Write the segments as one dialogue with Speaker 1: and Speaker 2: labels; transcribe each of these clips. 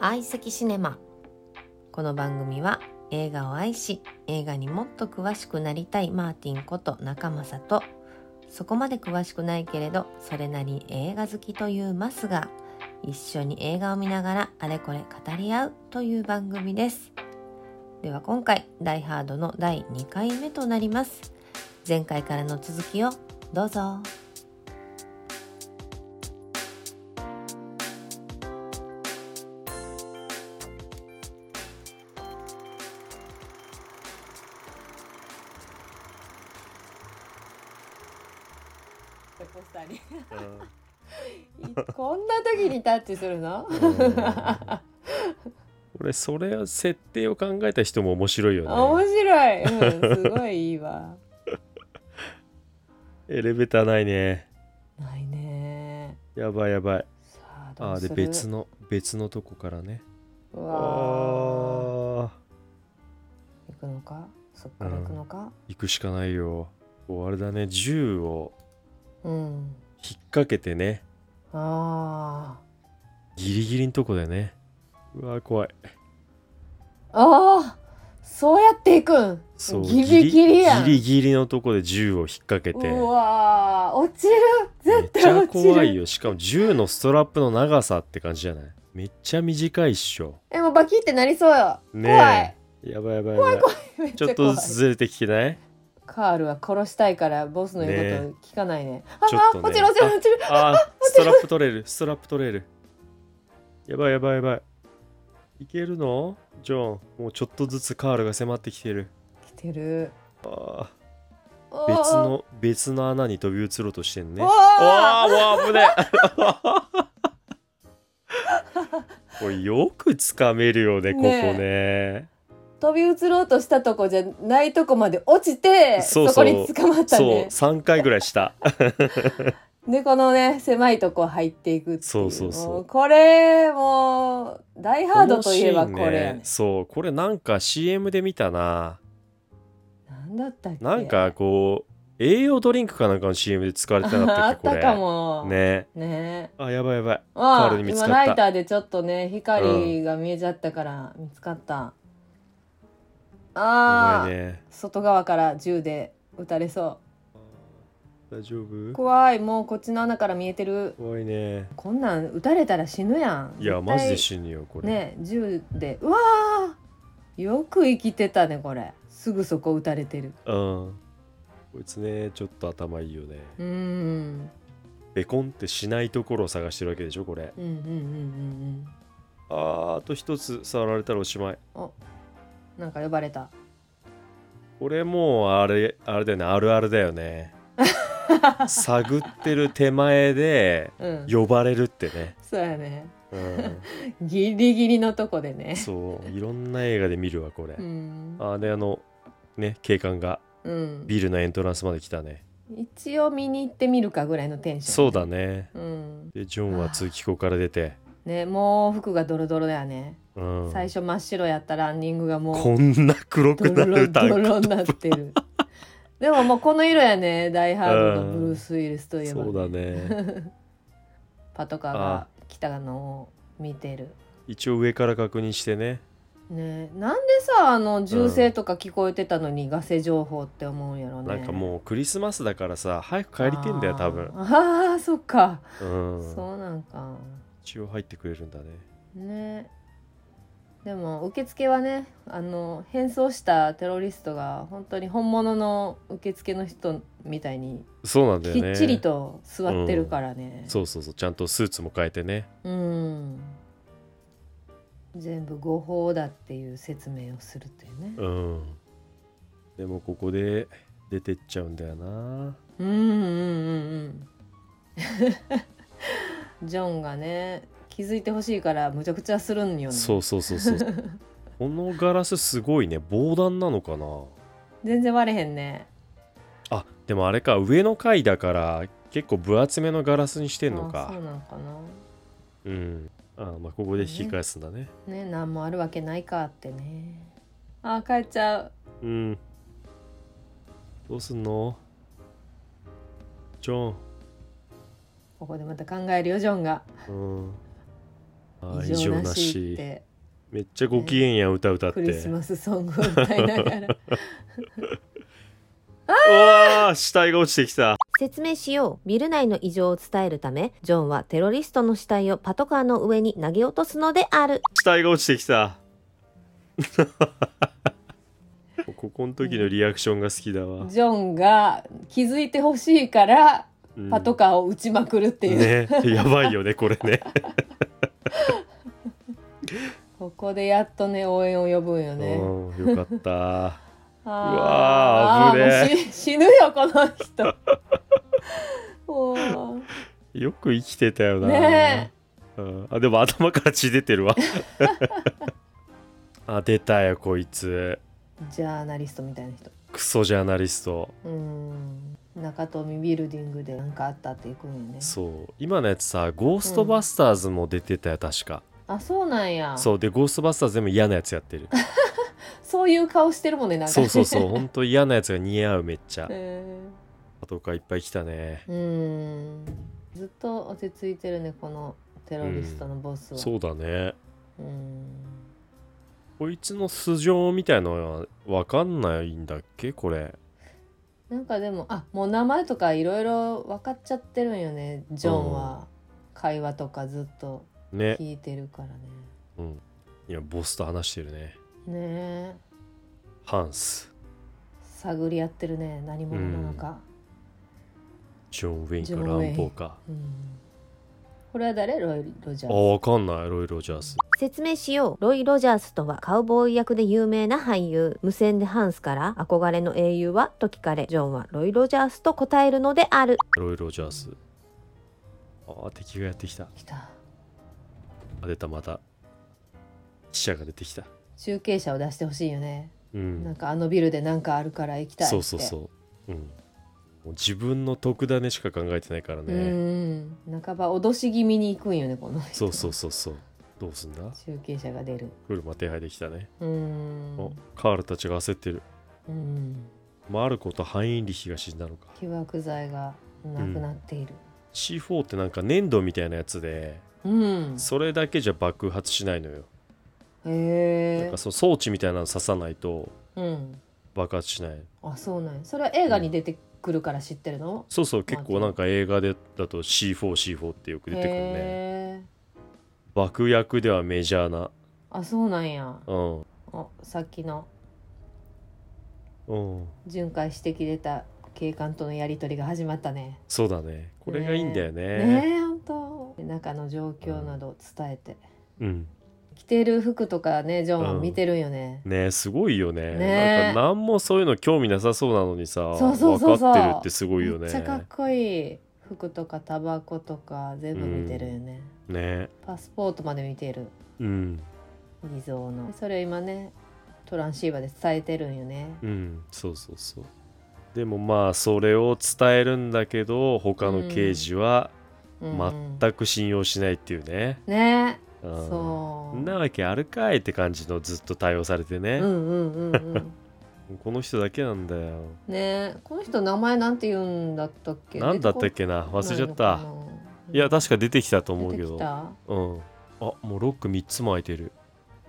Speaker 1: 愛席シネマこの番組は映画を愛し映画にもっと詳しくなりたいマーティンこと中正とそこまで詳しくないけれどそれなりに映画好きというマスが一緒に映画を見ながらあれこれ語り合うという番組ですでは今回「ダイ・ハード」の第2回目となります前回からの続きをどうぞ
Speaker 2: ってポスターに
Speaker 3: う
Speaker 2: こんな時にタッチするの
Speaker 3: ん 俺それ設定を考えた人も面白いよ
Speaker 2: 面
Speaker 3: ね
Speaker 2: 白い、 うん、すごいいいわ
Speaker 3: エレベーターないね
Speaker 2: ないね
Speaker 3: やばいやばい
Speaker 2: さあど
Speaker 3: あ
Speaker 2: う
Speaker 3: ー
Speaker 2: す
Speaker 3: で
Speaker 2: る
Speaker 3: 別の別のとこからね
Speaker 2: う
Speaker 3: あ
Speaker 2: わー
Speaker 3: ー
Speaker 2: 行くのかそっから行くのか
Speaker 3: 行くしかないよこうあれだね銃を
Speaker 2: うん、
Speaker 3: 引っ掛けてね
Speaker 2: あー
Speaker 3: ギリギリのとこでねうわー怖い
Speaker 2: あーそうやって行くん
Speaker 3: そう
Speaker 2: ギリギリやん
Speaker 3: ギリギリのとこで銃を引っ掛けて
Speaker 2: うわー落ちる
Speaker 3: めっ
Speaker 2: 絶
Speaker 3: ち
Speaker 2: 対
Speaker 3: ゃ
Speaker 2: 落ちる
Speaker 3: 怖いよしかも銃のストラップの長さって感じじゃないめっちゃ短いっしょ
Speaker 2: えもうバキってなりそうよ、
Speaker 3: ねえやばいやばいやばい
Speaker 2: 怖いめっ
Speaker 3: ち
Speaker 2: ち
Speaker 3: ょっ
Speaker 2: ゃ
Speaker 3: と
Speaker 2: 怖い
Speaker 3: ずつずれてきてない
Speaker 2: カールは殺したいからボスの言う
Speaker 3: ね
Speaker 2: こと聞かないね
Speaker 3: ちょっ
Speaker 2: あ
Speaker 3: と
Speaker 2: あ
Speaker 3: ね
Speaker 2: 落ちる落ちる落ちる
Speaker 3: あーストラップ取れるストラップ取れるやばいやばいやばいいけるのジョンもうちょっとずつカールが迫ってきてる
Speaker 2: 来てる
Speaker 3: あ
Speaker 2: 別
Speaker 3: ー別の別の穴に飛び移ろうとしてんね
Speaker 2: おー
Speaker 3: ああもう危ねえ これよくつかめるよねここね
Speaker 2: 飛び移ろうとしたとこじゃないとこまで落ちて
Speaker 3: そう
Speaker 2: そ
Speaker 3: そう
Speaker 2: こに捕まった
Speaker 3: そう
Speaker 2: ね
Speaker 3: 3回ぐらいした
Speaker 2: でこのね狭いとこ入っていくっていう
Speaker 3: そうそうそう
Speaker 2: もこれもう「ダイ・ハード」といえばこれや
Speaker 3: このシーン
Speaker 2: ね
Speaker 3: ねそうこれなんか CM で見たな
Speaker 2: なんだったっけ
Speaker 3: なんかこう栄養ドリンクかなんかの CM で使われてなかった
Speaker 2: ああ
Speaker 3: っ
Speaker 2: っ
Speaker 3: けこ
Speaker 2: た
Speaker 3: れ
Speaker 2: かも
Speaker 3: ね
Speaker 2: ね
Speaker 3: あやばいやばいカー
Speaker 2: わあ
Speaker 3: ルに見つか
Speaker 2: 今
Speaker 3: った
Speaker 2: ライターでちょっとね光が見えちゃったから見つかった、あ
Speaker 3: お
Speaker 2: あ、
Speaker 3: 前ね
Speaker 2: 外側から銃で撃たれそ
Speaker 3: 大丈
Speaker 2: う
Speaker 3: 夫
Speaker 2: 怖いもうこっちの穴から見えてる
Speaker 3: 怖いね
Speaker 2: こんなん撃たれたら死ぬやん
Speaker 3: いや
Speaker 2: 絶対
Speaker 3: マジで死ぬよこれ、
Speaker 2: ね銃でうわーよく生きてたねこれすぐそこ撃たれてる
Speaker 3: うんこいつねちょっと頭いいよね
Speaker 2: うーん
Speaker 3: ベコンってしないところを探してるわけでしょこれ
Speaker 2: うんうんうんうん
Speaker 3: あーあと一つ触られたらおしまい
Speaker 2: うんなんか呼ばれた
Speaker 3: これもうあれあれだよねあるあるだ よね探ってる手前で
Speaker 2: うん
Speaker 3: 呼ばれるってね、
Speaker 2: そうやね
Speaker 3: うん、
Speaker 2: ギリギリのとこでね
Speaker 3: そういろんな映画で見るわこれ、
Speaker 2: うん、
Speaker 3: あであのね警官が
Speaker 2: うん、
Speaker 3: ビルのエントランスまで来たね
Speaker 2: 一応見に行ってみるかぐらいのテンション
Speaker 3: そうだね
Speaker 2: うん
Speaker 3: でジョンは通気口から出て、
Speaker 2: ねもう服がドロドロだよね、
Speaker 3: うん、
Speaker 2: 最初真っ白やったランニングがもう
Speaker 3: こんな黒くな
Speaker 2: ドロ
Speaker 3: るタン
Speaker 2: ド
Speaker 3: ク
Speaker 2: ロになってるでももうこの色やね「ダイ・ハード」のブルース・ウィルスといえば、
Speaker 3: そうだね
Speaker 2: パトカーが来たのを見てる
Speaker 3: 一応上から確認してね
Speaker 2: ねえなんでさあの銃声とか聞こえてたのにガセ情報って思うんやろね
Speaker 3: なんかもうクリスマスだからさ早く帰りてんだよ多分
Speaker 2: あーあーそっか、
Speaker 3: うん
Speaker 2: そうなんか
Speaker 3: 一応入ってくれるんだね
Speaker 2: ねえでも受付はねあの変装したテロリストが本当に本物の受付の人みたいに
Speaker 3: そうなんだよ
Speaker 2: き
Speaker 3: ね
Speaker 2: っちりと座ってるからね
Speaker 3: そうそうそうちゃんとスーツも変えてね
Speaker 2: うん全部誤報だっていう説明をするというね
Speaker 3: うんでもここで出てっちゃうんだよな
Speaker 2: うんうんうんうん ジョンがね気づいてほしいからむちゃくちゃするんよね
Speaker 3: そうそうそうそう このガラスすごいね防弾なのかな
Speaker 2: 全然割れへんね
Speaker 3: あでもあれか上の階だから結構分厚めのガラスにしてんの
Speaker 2: あそ
Speaker 3: か
Speaker 2: うなんかな
Speaker 3: うんあまあここで引き返すんだね
Speaker 2: ね何もあるわけないかってねあー帰っちゃう
Speaker 3: うんどうすんのジョン
Speaker 2: ここでまた考えるよジョンが
Speaker 3: うんあー
Speaker 2: 異常なしって
Speaker 3: めっちゃご機嫌やん歌歌って
Speaker 2: クリスマスソングを歌いながら
Speaker 3: うわー死体が落ちてきた
Speaker 1: 説明しようビル内の異常を伝えるためジョンはテロリストの死体をパトカーの上に投げ落とすのである
Speaker 3: 死体が落ちてき たここの時のリアクションが好きだわ、
Speaker 2: ジョンが気づいてほしいから
Speaker 3: うん
Speaker 2: パトカーを撃ちまくるっていう、
Speaker 3: ねやばいよねこれね
Speaker 2: ここでやっとね応援を呼ぶんよ ね
Speaker 3: うんよかった
Speaker 2: う
Speaker 3: わー危ねえ
Speaker 2: もうし死ぬよこの人 も
Speaker 3: よく生きてたよ
Speaker 2: う
Speaker 3: な、
Speaker 2: ね
Speaker 3: うんあでも頭から血出て るわあ出たよこい
Speaker 2: え
Speaker 3: つ
Speaker 2: ジャーナリストみたいな人
Speaker 3: クソジャーナリスト
Speaker 2: うん中富ビルディングで何かあったっていくんよね
Speaker 3: そう今のやつさゴーストバスターズも出てたよ確か、
Speaker 2: あそうなんや
Speaker 3: そうでゴーストバスターズでも嫌なやつやっ てる
Speaker 2: そういう顔してるもんねなんか
Speaker 3: そうそうそうほんと嫌なやつが似合うめっちゃ
Speaker 2: え
Speaker 3: パトカーいっぱい来たね
Speaker 2: ーうんずっと落ち着いてるねこのテロリストのボスは、
Speaker 3: そうだね
Speaker 2: うん
Speaker 3: こいつの素性みたいのはわかんないんだっけこれ
Speaker 2: なんかでもあもう名前とかいろいろ分かっちゃってるんよねジョンは会話とかずっと
Speaker 3: ね
Speaker 2: 聞いてるからね
Speaker 3: 今ボスと話してるね
Speaker 2: ねえ
Speaker 3: ハンス
Speaker 2: 探り合ってるね何者なのか、
Speaker 3: ジョン・ウィン
Speaker 2: ジ
Speaker 3: か
Speaker 2: ョン
Speaker 3: ラ
Speaker 2: ウェイ
Speaker 3: ンボーか
Speaker 2: うんこれは誰ロイロジャ
Speaker 3: あ
Speaker 2: ー
Speaker 3: わかんないロイ・ロジャース
Speaker 1: 説明しようロイ・ロジャースとはカウボーイ役で有名な俳優無線でハンスから憧れの英雄はと聞かれジョンはロイ・ロジャースと答えるのである
Speaker 3: ロイ・ロジャースあー敵がやってきた
Speaker 2: ス来た
Speaker 3: あ出たまた記者が出てきた
Speaker 2: 中継車を出してほしいよね、
Speaker 3: う
Speaker 2: なん
Speaker 3: ん
Speaker 2: かあのビルで何かあるから行きたいって
Speaker 3: そうそうそう,、うん、もう自分の得だねしか考えてないからね、
Speaker 2: うん半ば脅し気味に行くんよねこの人
Speaker 3: そうそうそうそうどうすんだ
Speaker 2: 中継車が出る
Speaker 3: 車手配できたね、
Speaker 2: うん
Speaker 3: おカールたちが焦ってる
Speaker 2: うん
Speaker 3: マルコとハインリヒが死んだのか
Speaker 2: 起爆剤がなくなっている
Speaker 3: C4 ってなんか粘土みたいなやつで
Speaker 2: うん、
Speaker 3: それだけじゃ爆発しないのよな
Speaker 2: へ
Speaker 3: ん
Speaker 2: え
Speaker 3: かその装置みたいなの刺さないと
Speaker 2: うん
Speaker 3: 爆発しない
Speaker 2: あそうなんやそれは映画に出てくるから知ってるの、
Speaker 3: そうそう結構なんか映画でだと C4C4 ってよく出てくるね
Speaker 2: へえ
Speaker 3: 爆薬ではメジャーな
Speaker 2: あそうなんや
Speaker 3: うん
Speaker 2: あさっきの
Speaker 3: うん
Speaker 2: 巡回してきれた警官とのやり取りが始まったね
Speaker 3: そうだねこれがいいんだよね
Speaker 2: ねえほんと中の状況などを伝えて、
Speaker 3: うん
Speaker 2: 着てる服とかねジョンは見てるんよね、
Speaker 3: ねすごいよね
Speaker 2: ね
Speaker 3: なんか何もそういうの興味なさそうなのにさ
Speaker 2: そうそうそうそう
Speaker 3: 分かってるってすごいよ
Speaker 2: め
Speaker 3: ね
Speaker 2: っちゃかっこいい服とかタバコとか全部見てるよね、
Speaker 3: ね
Speaker 2: パスポートまで見てる
Speaker 3: うん
Speaker 2: 偽造のそれを今ねトランシーバーで伝えてるんよね
Speaker 3: うんそうそうそうでもまあそれを伝えるんだけど他の刑事は
Speaker 2: うん
Speaker 3: 全く信用しないっていうね、
Speaker 2: ね
Speaker 3: うん
Speaker 2: そう
Speaker 3: なわけあるかいって感じのずっと対応されてね、
Speaker 2: うんうんうんうん
Speaker 3: この人だけなんだよ
Speaker 2: ねこの人名前なんて言うんだったっけ
Speaker 3: なんだったっ
Speaker 2: け
Speaker 3: けな忘れちゃったいや確か出てきたと思うけ
Speaker 2: 出て
Speaker 3: ど
Speaker 2: きた
Speaker 3: うんあもうロック3つも開いてる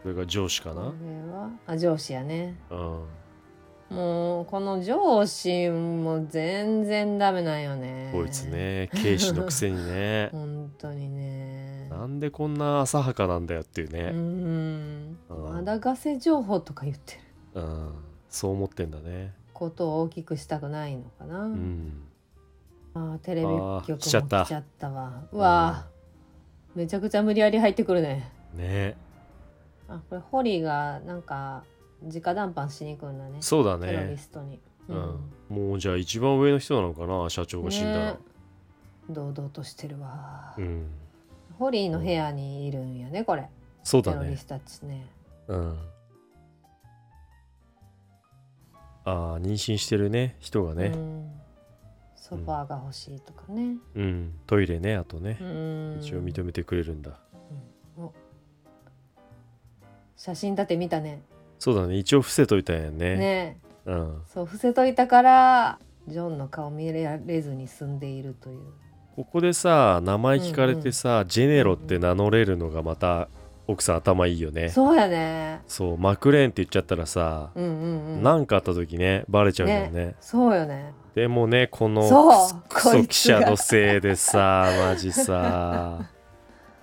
Speaker 3: これが上司かな
Speaker 2: これはあ上司やね
Speaker 3: うん
Speaker 2: もうこの上司も全然ダメなんよね
Speaker 3: こいつね警視のくせに ね
Speaker 2: 本当にね
Speaker 3: なんでこんな浅はかなんだよっていう
Speaker 2: う
Speaker 3: ね
Speaker 2: ん
Speaker 3: うん
Speaker 2: まだガセ情報とか言ってる
Speaker 3: うんそう思ってんだね
Speaker 2: ことを大きくしたくないのかな、
Speaker 3: うん
Speaker 2: あーテレビ局も
Speaker 3: あ
Speaker 2: 来
Speaker 3: ー来ちゃった
Speaker 2: ちゃったわうわーめちゃくちゃ無理やり入ってくるね
Speaker 3: ね
Speaker 2: あこれホリーがなんか直談判しに行くんだね
Speaker 3: そうだ
Speaker 2: テロリ
Speaker 3: ね
Speaker 2: ストに、
Speaker 3: うんもうじゃあ一番上の人なのかな社長が死んだら
Speaker 2: ね堂々としてるわ、
Speaker 3: うん
Speaker 2: ホリーの部屋にいるんやねこれ
Speaker 3: そう
Speaker 2: テ
Speaker 3: だ
Speaker 2: ロリ
Speaker 3: ね
Speaker 2: ストたちね
Speaker 3: うんああ妊娠してるね人が
Speaker 2: う
Speaker 3: ね
Speaker 2: んソファーが欲しいとかね、
Speaker 3: うん、トイレねあとね
Speaker 2: うん、
Speaker 3: 一応認めてくれるんだ
Speaker 2: 写真だって見たね
Speaker 3: そうだね一応伏せといたんやね
Speaker 2: ね
Speaker 3: うん
Speaker 2: そう伏せといたからジョンの顔見られずに済んでいるという
Speaker 3: ここでさ名前聞かれてさ、ジェネロって名乗れるのがまた奥さん頭いいよねそう
Speaker 2: そうやね
Speaker 3: マクレーンって言っちゃったらさ
Speaker 2: うんうんうん
Speaker 3: 何、かあった時ねバレちゃうんだよね
Speaker 2: そうよね
Speaker 3: でもねこの
Speaker 2: そう
Speaker 3: クソ
Speaker 2: こい
Speaker 3: 記
Speaker 2: つが
Speaker 3: 者のせいでさマジさ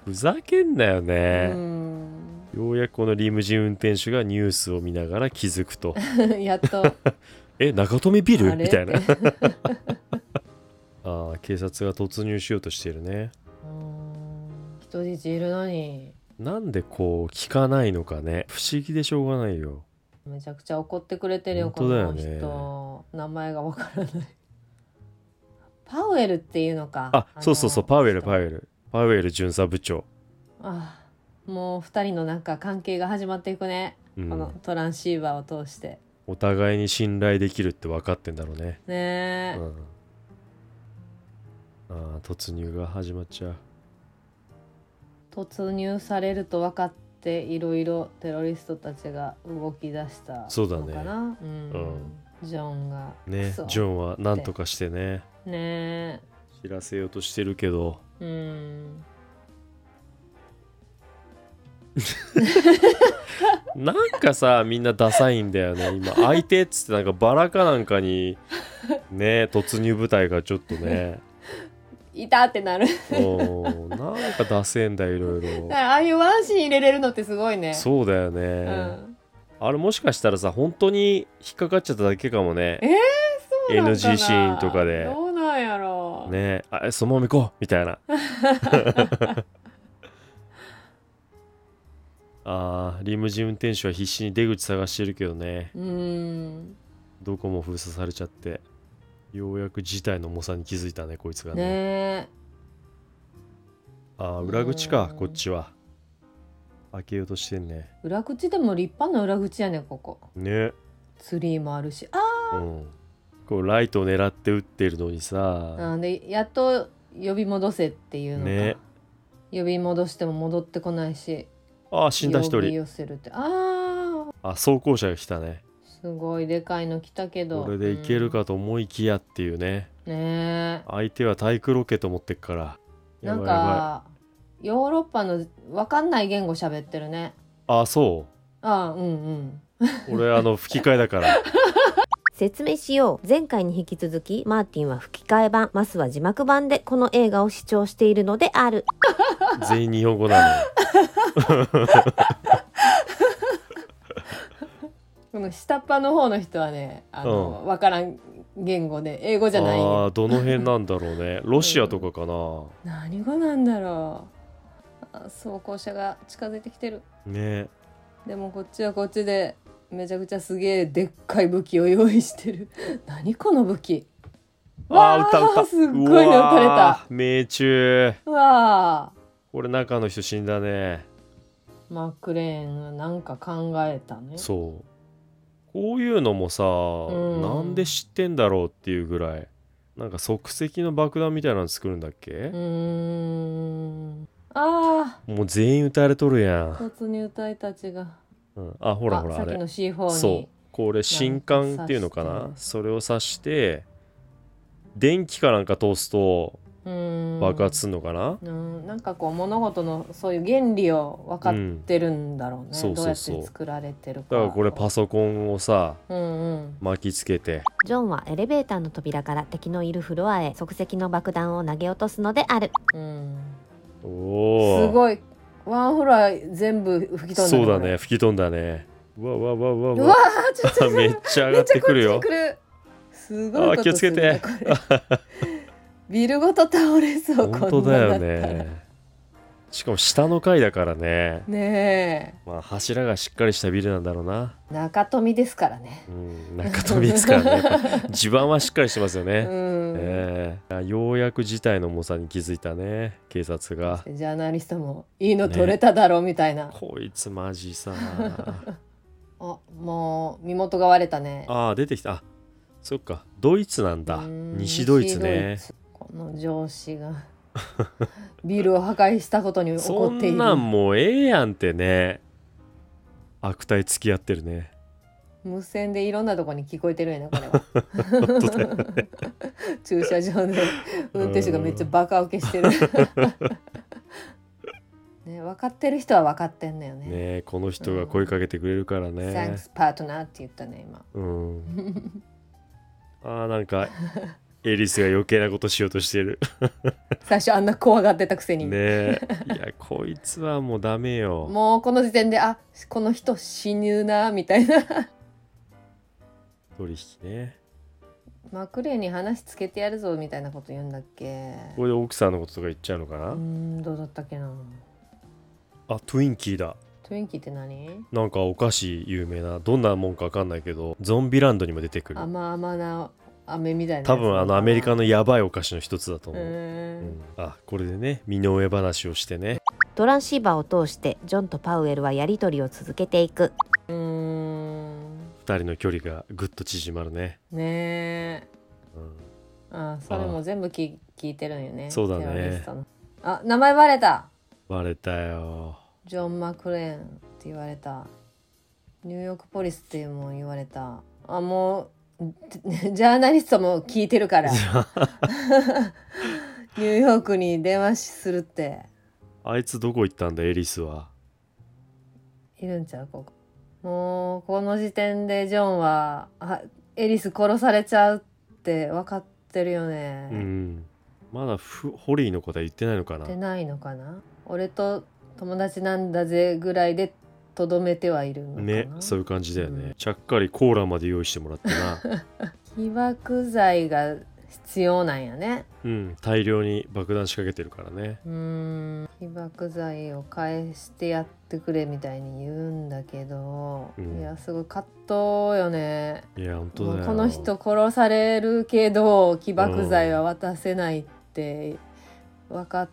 Speaker 3: ふざけんなよ
Speaker 2: う
Speaker 3: ね、
Speaker 2: ん
Speaker 3: ようやくこのリムジン運転手がニュースを見ながら気づくと
Speaker 2: やっ とあ
Speaker 3: え中富ビル
Speaker 2: れ
Speaker 3: みたいな
Speaker 2: って
Speaker 3: あー警察が突入しようとしてるね
Speaker 2: うん人質いるのに
Speaker 3: なんでこう聞かないのかね不思議でしょうがないよ
Speaker 2: めちゃくちゃ怒ってくれてるよこ
Speaker 3: 本当だよ
Speaker 2: の
Speaker 3: ね
Speaker 2: 人名前がわからないパウエルっていうのか
Speaker 3: あそうそうそうパウエルパウ
Speaker 2: ル
Speaker 3: エルパウエル巡査部長、
Speaker 2: あもう二人のなんか関係が始まっていくね、
Speaker 3: う
Speaker 2: この
Speaker 3: ん、
Speaker 2: トランシーバーを通して
Speaker 3: お互いに信頼できるって分かってんだろうね
Speaker 2: ねえ、
Speaker 3: うん、あー突入が始まっちゃう
Speaker 2: 突入されると分かっていろいろテロリストたちが動き出した
Speaker 3: そうだね
Speaker 2: のかなう、んジョンが
Speaker 3: ね
Speaker 2: そう
Speaker 3: ジョンはなんとかしてね
Speaker 2: ね
Speaker 3: 知らせようとしてるけど
Speaker 2: えうん
Speaker 3: なんかさみんなダサいんだよね今相手っつってなんかバラかなんかにね突入部隊がちょっとね
Speaker 2: いたってなる
Speaker 3: おーなんかダセえんだいろいろ
Speaker 2: だからああいうワンシーン入れれるのってすごいね
Speaker 3: そうだよね、
Speaker 2: うん
Speaker 3: あれもしかしたらさ本当に引っかかっちゃっただけかもね
Speaker 2: えそうなんかな
Speaker 3: NG シーンとかで
Speaker 2: どうなんやろう、
Speaker 3: ねあそのまま行こうみた いなあーリムジン運転手は必死に出口探してるけどね
Speaker 2: うん
Speaker 3: どこも封鎖されちゃってようやく事態の重さに気づいたねこいつが
Speaker 2: ね
Speaker 3: ね
Speaker 2: え
Speaker 3: あー裏口か
Speaker 2: うん
Speaker 3: こっちは開けようとしてんね
Speaker 2: 裏口でも立派な裏口やねここ
Speaker 3: ね
Speaker 2: ツリーもあるしあ
Speaker 3: うんこうライトを狙って撃ってるのにさ、
Speaker 2: あでやっと呼び戻せっていうのか、
Speaker 3: ね
Speaker 2: 呼び戻しても戻ってこないし
Speaker 3: あー死んだ一
Speaker 2: 呼び
Speaker 3: 人
Speaker 2: 寄せるってああ
Speaker 3: あ装甲車が来たね
Speaker 2: すごいでかいの来たけど
Speaker 3: これでいける、かと思いきやっていうね、
Speaker 2: うんねえ
Speaker 3: 相手は体育ロケット持ってっからや
Speaker 2: な
Speaker 3: ば
Speaker 2: ん
Speaker 3: いやばい
Speaker 2: かヨーロッパのわかんない言語喋ってるね
Speaker 3: あそ
Speaker 2: ああうんうん
Speaker 3: う 俺あの吹き替えだから
Speaker 1: 説明しよう前回に引き続きマーティンは吹き替え版マスは字幕版でこの映画を視聴しているのである
Speaker 3: 全員日本語な
Speaker 2: この下っ端の方の人はねあの、わからん言語で英語 じゃない
Speaker 3: のあ
Speaker 2: よ
Speaker 3: あどの辺なんだろうねロシアとかかな、
Speaker 2: 何語なんだろうあ装甲車が近づいてきてる
Speaker 3: ね
Speaker 2: でもこっちはこっちでめちゃくちゃすげえでっかい武器を用意してる 何この武器
Speaker 3: あー
Speaker 2: わ
Speaker 3: 撃た撃た
Speaker 2: すっごいの撃たれ
Speaker 3: う
Speaker 2: た
Speaker 3: わー命中
Speaker 2: うわあ
Speaker 3: これ中の人死んだね
Speaker 2: マックレーンがなんか考えたね
Speaker 3: そうこういうのもさ、
Speaker 2: ん
Speaker 3: なんで知ってんだろうっていうぐらいなんか即席の爆弾みたいなの作るんだっけ
Speaker 2: う、ーんあ
Speaker 3: もう全員撃たれとるや
Speaker 2: あ
Speaker 3: ん、
Speaker 2: 突入隊たちが
Speaker 3: うん、あほらほら
Speaker 2: さ
Speaker 3: あ
Speaker 2: っき
Speaker 3: れ
Speaker 2: の C4
Speaker 3: そう
Speaker 2: に
Speaker 3: これ新刊っていうのか
Speaker 2: なんか
Speaker 3: な
Speaker 2: 刺して
Speaker 3: それを刺して電気かなんか通すと
Speaker 2: うーん
Speaker 3: 爆発するのかな、
Speaker 2: うんなんかこう物事のそういう原理を分かってるんだろうね、
Speaker 3: そう
Speaker 2: ど
Speaker 3: そうう
Speaker 2: やっ
Speaker 3: そう
Speaker 2: て作られてるか
Speaker 3: だからこれパソコンをさ
Speaker 2: うんうん
Speaker 3: 巻きつけて
Speaker 1: ジョンはエレベーターの扉から敵のいるフロアへ即席の爆弾を投げ落とすのである
Speaker 2: うん
Speaker 3: お
Speaker 2: す
Speaker 3: お
Speaker 2: ごいワンフロア全部吹き飛んだ
Speaker 3: そうだ
Speaker 2: こ
Speaker 3: ね
Speaker 2: れ
Speaker 3: 吹き飛んだねうわうわうわうわ
Speaker 2: うわーちょっと
Speaker 3: めっちゃ上
Speaker 2: め
Speaker 3: が
Speaker 2: っ
Speaker 3: っ
Speaker 2: ちゃ
Speaker 3: て
Speaker 2: こっ
Speaker 3: く
Speaker 2: ち
Speaker 3: る
Speaker 2: に
Speaker 3: よ
Speaker 2: 来るすごい
Speaker 3: あ
Speaker 2: こ
Speaker 3: ー
Speaker 2: と
Speaker 3: 気をつけて
Speaker 2: するねこれビルごと倒れそう
Speaker 3: 本当
Speaker 2: こんな
Speaker 3: だ
Speaker 2: んだ
Speaker 3: よ
Speaker 2: ったらね
Speaker 3: ねしかも下の階だからねまあ柱がしっかりしたビルなんだろうな
Speaker 2: え中富ですからね
Speaker 3: うん中飛びですからねやっぱ地盤はしっかりしてますよね、
Speaker 2: うん、
Speaker 3: ええようやく事態の重さに気づいたね警察が
Speaker 2: ジャーナリストもいいの取れただろうみたいな、
Speaker 3: こいつマジさ
Speaker 2: あもう身元が割れたね
Speaker 3: ああ出てきたあそっかドイツなんだ
Speaker 2: うん
Speaker 3: 西ドイツ
Speaker 2: 西ド
Speaker 3: ね
Speaker 2: イツこの上司が ビルを破壊したことに
Speaker 3: そ
Speaker 2: 怒っている
Speaker 3: んなんもうええやんってね悪態付き合ってるね
Speaker 2: 無線でいろんなとこに聞こえてるんやなこれ は
Speaker 3: 本当だよね
Speaker 2: 駐車場で運転手がめっちゃバカ受けしてる ね分かってる人は分かってんだよね
Speaker 3: ねえこの人が声かけてくれるからね、
Speaker 2: Thanks partner って言ったね今
Speaker 3: うん。ああ、なんか、エリスが余計なことしようとしてる。
Speaker 2: 最初あんな怖がってたくせに、
Speaker 3: ねえ。いや、こいつはもうダメよ。
Speaker 2: もうこの時点であこの人死ぬなみたいな
Speaker 3: 取引ね。
Speaker 2: マクレーに話つけてやるぞみたいなこと言うんだっけ
Speaker 3: これで奥さんのこととか言っちゃうのか
Speaker 2: うー
Speaker 3: な、
Speaker 2: んどうだったっけな
Speaker 3: あ、トゥインキーだ。
Speaker 2: トゥインキーって何
Speaker 3: なんかお菓子有名な。どんなもんかわかんないけど、ゾンビランドにも出てくる。
Speaker 2: 甘々な飴みたいなやつ
Speaker 3: 多分あのアメリカのやばいお菓子の一つだと
Speaker 2: う
Speaker 3: 思う。
Speaker 2: ー
Speaker 3: うんんあ、これでね、身の上話をしてね。
Speaker 1: トランシーバーを通してジョンとパウエルはやり取りを続けていく
Speaker 2: うーん
Speaker 3: 二人の距離がぐっと縮まるね。
Speaker 2: ねえ
Speaker 3: うん
Speaker 2: あそれも全部き聞いてるんよね
Speaker 3: そうだね
Speaker 2: テロリストのあ名前バレた
Speaker 3: バレたよ。
Speaker 2: ジョン・マクレーンって言われたニューヨークポリスっても言われたあもう ジャーナリストも聞いてるからニ ューヨークに電話するって
Speaker 3: あいつどこ行ったんだ、エリスは。
Speaker 2: いるんちゃうここもうこの時点でジョンはあエリス殺されちゃうって分かってるよね、
Speaker 3: うん、まだフホリーのことは言ってないのかな
Speaker 2: ってないのかな俺と友達なんだぜぐらいでとどめてはいるのかな
Speaker 3: ねそういう感じだよね、
Speaker 2: うん
Speaker 3: ちゃっかりコーラまで用意してもらってな
Speaker 2: 起爆剤が必要なんやね
Speaker 3: うん大量に爆弾仕掛けてるからね
Speaker 2: うーん起爆剤を返してやってくれみたいに言うんだけど、
Speaker 3: うん
Speaker 2: いやすごい葛藤よね
Speaker 3: いや本当
Speaker 2: も
Speaker 3: だ
Speaker 2: う
Speaker 3: よ
Speaker 2: この人殺されるけど起爆剤は渡せないって分かっ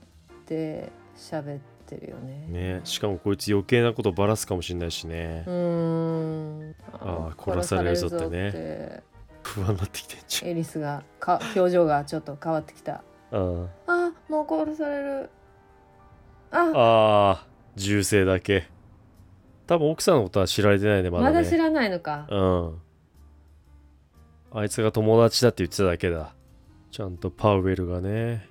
Speaker 2: て喋ってるよね。
Speaker 3: ねしかもこいつ余計なことばらすかもしれないしね
Speaker 2: う、ーん
Speaker 3: あー殺されるぞっ
Speaker 2: 殺さ
Speaker 3: てね
Speaker 2: れるぞ
Speaker 3: 不安になってきてん
Speaker 2: っ
Speaker 3: じ
Speaker 2: てエリスがか表情がちょっと変わってきた
Speaker 3: ゃんあ
Speaker 2: あもう殺されるあ
Speaker 3: ーあー銃声だけ多分奥さんのことは知られてないねま
Speaker 2: ま
Speaker 3: だね
Speaker 2: だ知らないのか
Speaker 3: うんあいつが友達だって言ってただけだちゃんとパウエルがね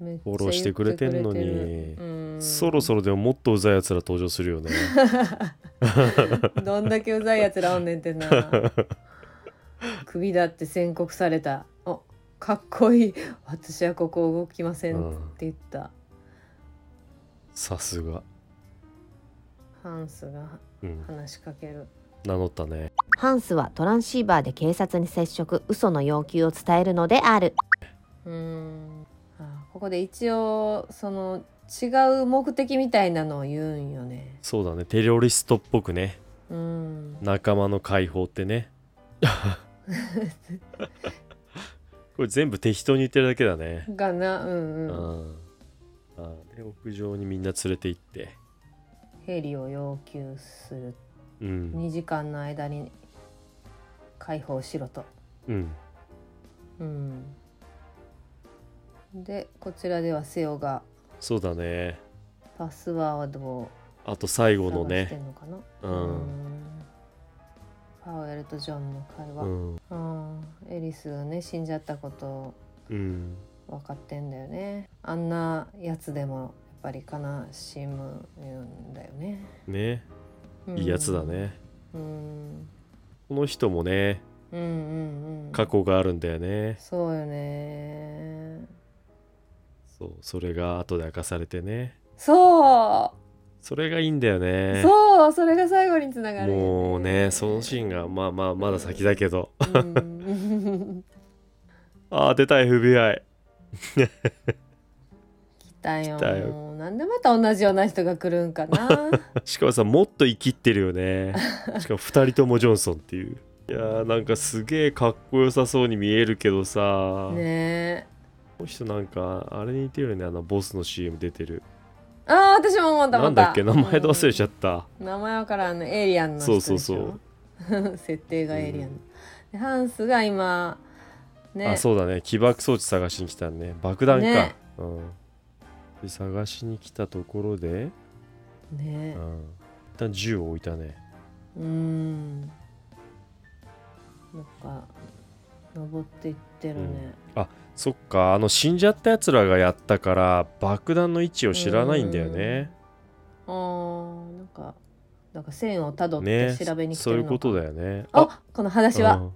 Speaker 2: めっちゃ
Speaker 3: フォローしてくれてんのに
Speaker 2: うん
Speaker 3: そろそろでももっとうざいやつら登場す るよね。
Speaker 2: どんだけうざいやつらおんねんってな 首だって宣告されたおかっこいい私はここ動きませんって言った、
Speaker 3: さすが。
Speaker 2: ハンスが
Speaker 3: うん。
Speaker 2: 話しかける
Speaker 3: 名乗ったね。
Speaker 1: ハンスはトランシーバーで警察に接触嘘の要求を伝えるのである
Speaker 2: うーんあここで一応その違う目的みたいなのを言うんよね
Speaker 3: そうだね。テロリストっぽくね。
Speaker 2: うん
Speaker 3: 仲間の解放って ね。これ全部適当に言ってるだけだね。
Speaker 2: がなうん
Speaker 3: う
Speaker 2: うん
Speaker 3: ん。あで屋上にみんな連れて行って。
Speaker 2: ヘリを要求する
Speaker 3: うん。
Speaker 2: 2時間の間に解放しろと
Speaker 3: うん。
Speaker 2: うんでこちらではセオが
Speaker 3: そうだね。
Speaker 2: パスワードを
Speaker 3: あと最後
Speaker 2: 探
Speaker 3: の
Speaker 2: して
Speaker 3: ね。
Speaker 2: んのかな、
Speaker 3: うん
Speaker 2: うんパウエルとジョンの会
Speaker 3: う
Speaker 2: 話、
Speaker 3: ん。
Speaker 2: うんエリスがね死んじゃったことを
Speaker 3: うん。
Speaker 2: 分かってんだよねあんなやつでもやっぱり悲しむんだよね、
Speaker 3: ね。
Speaker 2: うん
Speaker 3: いいやつだね。
Speaker 2: うん
Speaker 3: この人もね、
Speaker 2: うんうんうん
Speaker 3: 過去があるんだよね。
Speaker 2: そうよね
Speaker 3: そう。それが後で明かされてね。
Speaker 2: そう
Speaker 3: それがいいんだよね。
Speaker 2: そうそれが最後につながるよ
Speaker 3: もうね、そのシーンが、まあまあ、まだ先だけど。
Speaker 2: うん、
Speaker 3: ああ、出た FBI。
Speaker 2: 来たよ
Speaker 3: 来たよ
Speaker 2: もうなんでまた同じような人が来るんかな
Speaker 3: しかもさ、もっと生きってるよね。しかも2人ともジョンソンっていう。いやーなんかすげえかっこよさそうに見えるけどさ、
Speaker 2: ねえ
Speaker 3: この人なんかあれに似てるよねあのボスの CM 出てる
Speaker 2: ああ私も思った
Speaker 3: な
Speaker 2: 思
Speaker 3: ん
Speaker 2: った
Speaker 3: だっけ名前で忘れちゃ
Speaker 2: っ
Speaker 3: った、
Speaker 2: た、うん名前わからんのエイリアンの人
Speaker 3: そう
Speaker 2: でし
Speaker 3: そ
Speaker 2: ょ
Speaker 3: うそう、
Speaker 2: 設定がエイリアン、でハンスが今ね
Speaker 3: あそうだね起爆装置探しに来たね爆弾か、
Speaker 2: ね
Speaker 3: うんで探しに来たところで、
Speaker 2: ね
Speaker 3: うん、一旦銃を置いたね
Speaker 2: うーんなんか登っていってるね、
Speaker 3: そっかあの死んじゃったやつらがやったから爆弾の位置を知らないんだよね
Speaker 2: あーなんかなんか線をたどっ
Speaker 3: ね
Speaker 2: て調べに来て
Speaker 3: そう
Speaker 2: る
Speaker 3: いう
Speaker 2: のか、
Speaker 3: ことだよね
Speaker 2: あこの話は、
Speaker 3: うん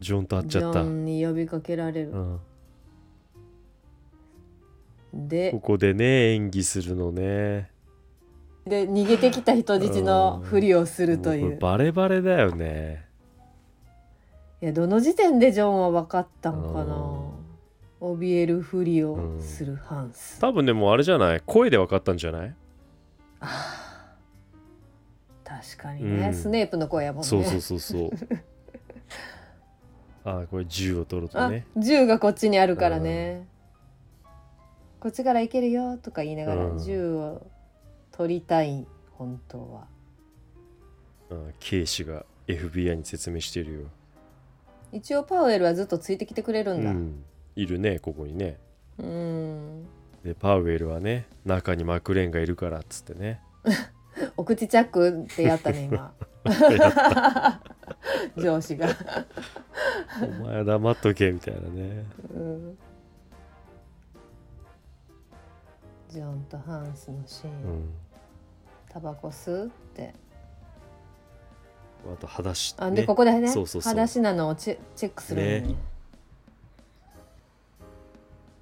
Speaker 3: ジョンと会っ
Speaker 2: ジ
Speaker 3: ちゃった
Speaker 2: ョ、ンに呼びかけられる
Speaker 3: う、ん、こ
Speaker 2: で
Speaker 3: こでね演技するのね
Speaker 2: で逃げてきた人質のふりをするとい
Speaker 3: も
Speaker 2: う
Speaker 3: うこれバレバレだよね
Speaker 2: いやどの時点でジョンは分かったんかな怯えるふりを
Speaker 3: うん
Speaker 2: するハンス、
Speaker 3: 多分でもあれじゃない声で分かったんじゃない
Speaker 2: あー確かにね、
Speaker 3: うん
Speaker 2: スネープの声やもんね
Speaker 3: そうそうそうそう あーこれ銃を取ると
Speaker 2: あ
Speaker 3: ね
Speaker 2: 銃がこっちにあるからね、こっちから行けるよとか言いなが
Speaker 3: う
Speaker 2: ら
Speaker 3: ん
Speaker 2: 銃を取りたい本当は
Speaker 3: うん警視が FBI に説明してるよ、
Speaker 2: 一応パウエルはずっとついてきてくれる
Speaker 3: うん
Speaker 2: だ
Speaker 3: ん、いるねここにね
Speaker 2: うん
Speaker 3: でパウエルはね中にマクレーンがいるからっつって ね
Speaker 2: お口チャックってやったね 今 上司が、
Speaker 3: お前は黙っとけみたいなね
Speaker 2: うんジョンとハンスのシー
Speaker 3: う
Speaker 2: ン
Speaker 3: ん
Speaker 2: タバコ吸うって
Speaker 3: あと裸足
Speaker 2: あで、
Speaker 3: ね
Speaker 2: ここでね
Speaker 3: そうそうそう
Speaker 2: 裸足なのをチェチェックするのね
Speaker 3: ね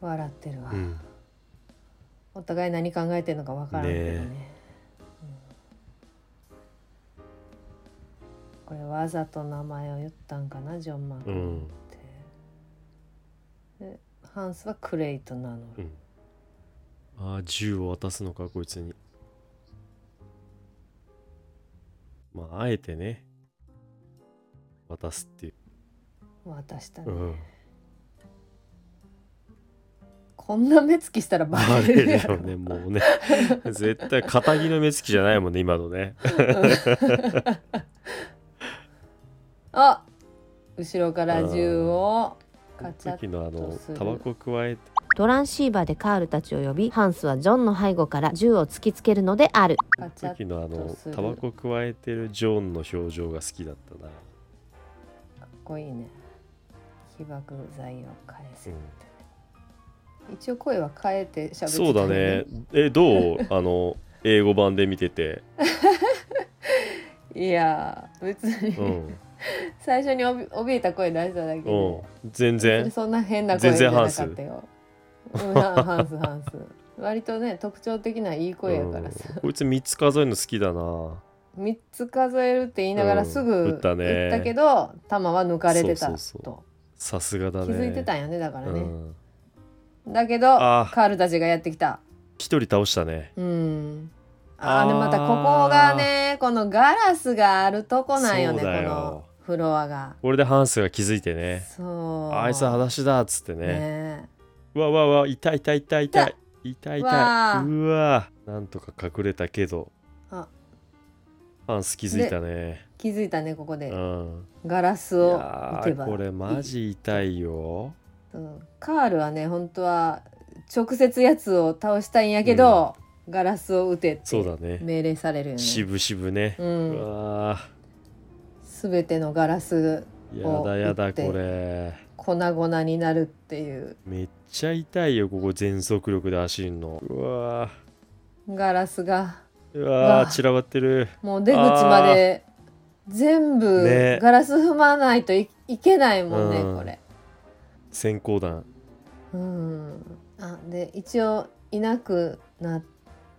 Speaker 2: 笑ってるわ、
Speaker 3: うん
Speaker 2: お互い何考えてるのか分からんけどねうんこれわざと名前を言ったんかなジョン・マ
Speaker 3: う
Speaker 2: クっ
Speaker 3: ん
Speaker 2: て、でハンスはクレイと名乗
Speaker 3: う
Speaker 2: る、
Speaker 3: んああ銃を渡すのかこいつにまああえてね渡すっていう、
Speaker 2: 渡したね、
Speaker 3: うん、
Speaker 2: こんな目つきしたらバ
Speaker 3: バ
Speaker 2: レ
Speaker 3: レ
Speaker 2: る
Speaker 3: る
Speaker 2: やろ
Speaker 3: よねもうね絶対片木の目つきじゃないもんね今のね
Speaker 2: あ後ろから銃をカチャッ
Speaker 3: 時のあ
Speaker 2: と
Speaker 3: の
Speaker 2: する
Speaker 3: タバコくわえて
Speaker 1: トランシーバーでカールたちを呼びハンスはジョンの背後から銃を突きつけるのである
Speaker 2: カチャ
Speaker 3: 時のあ
Speaker 2: と
Speaker 3: の
Speaker 2: する
Speaker 3: タバコくわえてるジョンの表情が好きだったな
Speaker 2: かっこいいね起爆剤を返せ、一応声は変えて喋ってた
Speaker 3: そうだねえどうあの英語版で見てて、
Speaker 2: いやー別に、
Speaker 3: うん
Speaker 2: 最初におび怯えた声出しただけで、
Speaker 3: うん、全
Speaker 2: それ
Speaker 3: 然
Speaker 2: そんな変な声じゃなかった
Speaker 3: 全
Speaker 2: ようんハンスハン ス割とね特徴的ないい声やからさ、
Speaker 3: うんこいつ3つ数えるの好きだな
Speaker 2: 三3つ数えるって言いながらすぐ
Speaker 3: うん打ったね
Speaker 2: 言ったけど弾は抜かれてた
Speaker 3: そ
Speaker 2: と
Speaker 3: うそうさすがだね
Speaker 2: 気づいてたんやねだから
Speaker 3: う
Speaker 2: ね、
Speaker 3: ん、
Speaker 2: だけど
Speaker 3: あー
Speaker 2: カールたちがやってきた
Speaker 3: 1人倒したね
Speaker 2: うんあ
Speaker 3: あ
Speaker 2: あ
Speaker 3: ー
Speaker 2: でまたここがねこのガラスがあるとこなんよね
Speaker 3: そうだよ
Speaker 2: このフロアが
Speaker 3: これでハンスが気づいてね
Speaker 2: そう
Speaker 3: あいつは裸足だっつってね
Speaker 2: ね
Speaker 3: うわうわうわ痛い痛い痛い痛い痛い痛いう
Speaker 2: わあ
Speaker 3: わあなんとか隠れたけど
Speaker 2: あ
Speaker 3: ハンス気づいたね
Speaker 2: 気づいたねここで
Speaker 3: うん
Speaker 2: ガラス
Speaker 3: い
Speaker 2: を
Speaker 3: や
Speaker 2: 打て
Speaker 3: ー
Speaker 2: ば
Speaker 3: これマジ痛いよ
Speaker 2: うんカールはね本当は直接やつを倒したいんやけど、ガラスを打てっ
Speaker 3: そう
Speaker 2: て
Speaker 3: だね
Speaker 2: 命令されるよね
Speaker 3: しぶしぶね
Speaker 2: う、
Speaker 3: うんわあ
Speaker 2: 全てのガラス
Speaker 3: やだや
Speaker 2: 打
Speaker 3: だ
Speaker 2: って
Speaker 3: これ
Speaker 2: 粉々になるっていう
Speaker 3: めっちゃ痛いよここ全速力で走るのうわあ
Speaker 2: ガラスが
Speaker 3: う
Speaker 2: わ
Speaker 3: わ
Speaker 2: あ
Speaker 3: あ散らばってる
Speaker 2: もう出口まで全部
Speaker 3: ね
Speaker 2: ガラス踏まないといいけないもんね
Speaker 3: うん
Speaker 2: これ。
Speaker 3: 閃光弾
Speaker 2: うん、あで一応いなくなっ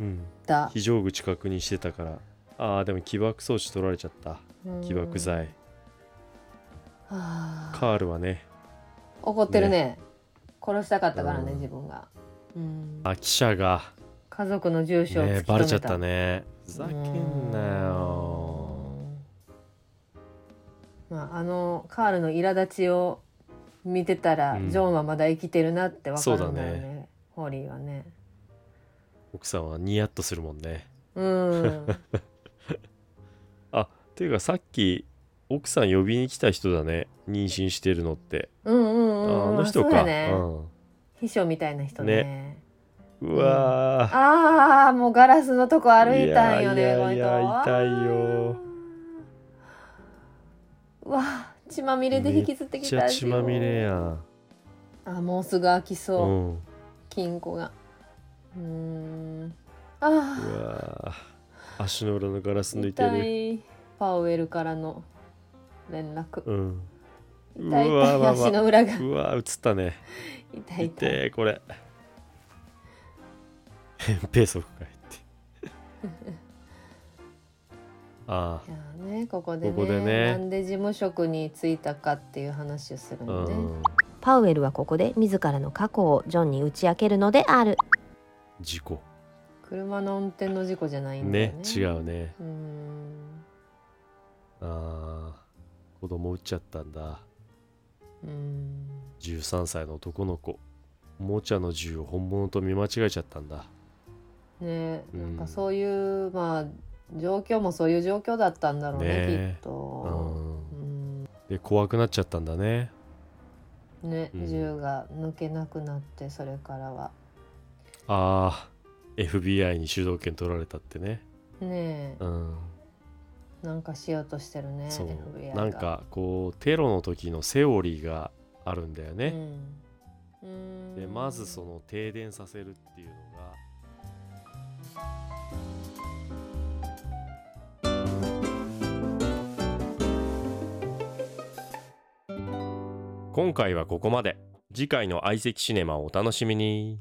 Speaker 3: うん
Speaker 2: た
Speaker 3: 非常口確認してたからあーでも起爆装置取られちゃった起爆
Speaker 2: うん
Speaker 3: 剤
Speaker 2: はあ
Speaker 3: カールはね
Speaker 2: 怒ってるね殺したかったからね、
Speaker 3: うん
Speaker 2: 自分が、うん、
Speaker 3: あ記者が
Speaker 2: 家族の住所を突き止め
Speaker 3: ね
Speaker 2: た、
Speaker 3: バレちゃったねふざけんなよ
Speaker 2: うんまあ、あのカールの苛立ちを見てたら、
Speaker 3: うん
Speaker 2: ジョンはまだ生きてるなって分かるんだよ
Speaker 3: そうだ
Speaker 2: ねホーリーはね
Speaker 3: 奥さんはニヤッとするもんね
Speaker 2: うん
Speaker 3: ていうかさっき奥さん呼びに来た人だね妊娠してるのって、
Speaker 2: うんうん
Speaker 3: あ
Speaker 2: うん
Speaker 3: あ
Speaker 2: うん
Speaker 3: の人
Speaker 2: そう
Speaker 3: か
Speaker 2: やね、
Speaker 3: う
Speaker 2: 秘書みたいな人ね
Speaker 3: ん、うわー、
Speaker 2: ああもうガラスのとこ歩いたんよ
Speaker 3: い
Speaker 2: ね
Speaker 3: や
Speaker 2: この
Speaker 3: い
Speaker 2: 人
Speaker 3: やいや痛いよ
Speaker 2: うわ血まみれで引きずってき
Speaker 3: ち
Speaker 2: た
Speaker 3: ゃ
Speaker 2: 味
Speaker 3: 血まみれやん
Speaker 2: あもうすぐ飽き
Speaker 3: う
Speaker 2: そう、
Speaker 3: んう
Speaker 2: 金庫がうーんあ
Speaker 3: わー足の裏のガラス
Speaker 2: あ
Speaker 3: 抜いて
Speaker 2: 痛
Speaker 3: る
Speaker 2: いパウエルからの連絡
Speaker 3: うんう
Speaker 2: 痛い痛い
Speaker 3: わ
Speaker 2: 足の裏が
Speaker 3: うわ映ったね
Speaker 2: 痛い痛
Speaker 3: 見
Speaker 2: い
Speaker 3: てこれ 扁平足が入って あ
Speaker 2: いやーねここでね
Speaker 3: ここでね
Speaker 2: なんで事務職に就いたかっていう話をする
Speaker 3: あう
Speaker 2: のね、
Speaker 3: ん
Speaker 1: パウエルはここで自らの過去をジョンに打ち明けるのである
Speaker 3: 事故
Speaker 2: 車の運転の事故じゃないんだよ
Speaker 3: ね
Speaker 2: ね
Speaker 3: 違うね
Speaker 2: うーん
Speaker 3: あー子供撃っちゃったんだ
Speaker 2: うーん
Speaker 3: 13歳の男の子おもちゃの銃を本物と見間違えちゃったんだ
Speaker 2: ね
Speaker 3: うん
Speaker 2: なんかそういう、まあ状況もそういう状況だったんだろうねき
Speaker 3: ね
Speaker 2: っ
Speaker 3: う
Speaker 2: と、
Speaker 3: ん
Speaker 2: うん
Speaker 3: で怖くなっちゃったんだね
Speaker 2: ね、
Speaker 3: うん
Speaker 2: 銃が抜けなくなってそれからは
Speaker 3: あー FBI に主導権取られたってね
Speaker 2: ねえ
Speaker 3: うん
Speaker 2: なんかしようとしてるね
Speaker 3: そう
Speaker 2: FBI が
Speaker 3: なんかこうテロの時のセオリーがあるんだよ
Speaker 2: うん
Speaker 3: ね、
Speaker 2: うーん
Speaker 3: でまずその停電させるっていうのが今回はここまで次回の相席シネマをお楽しみに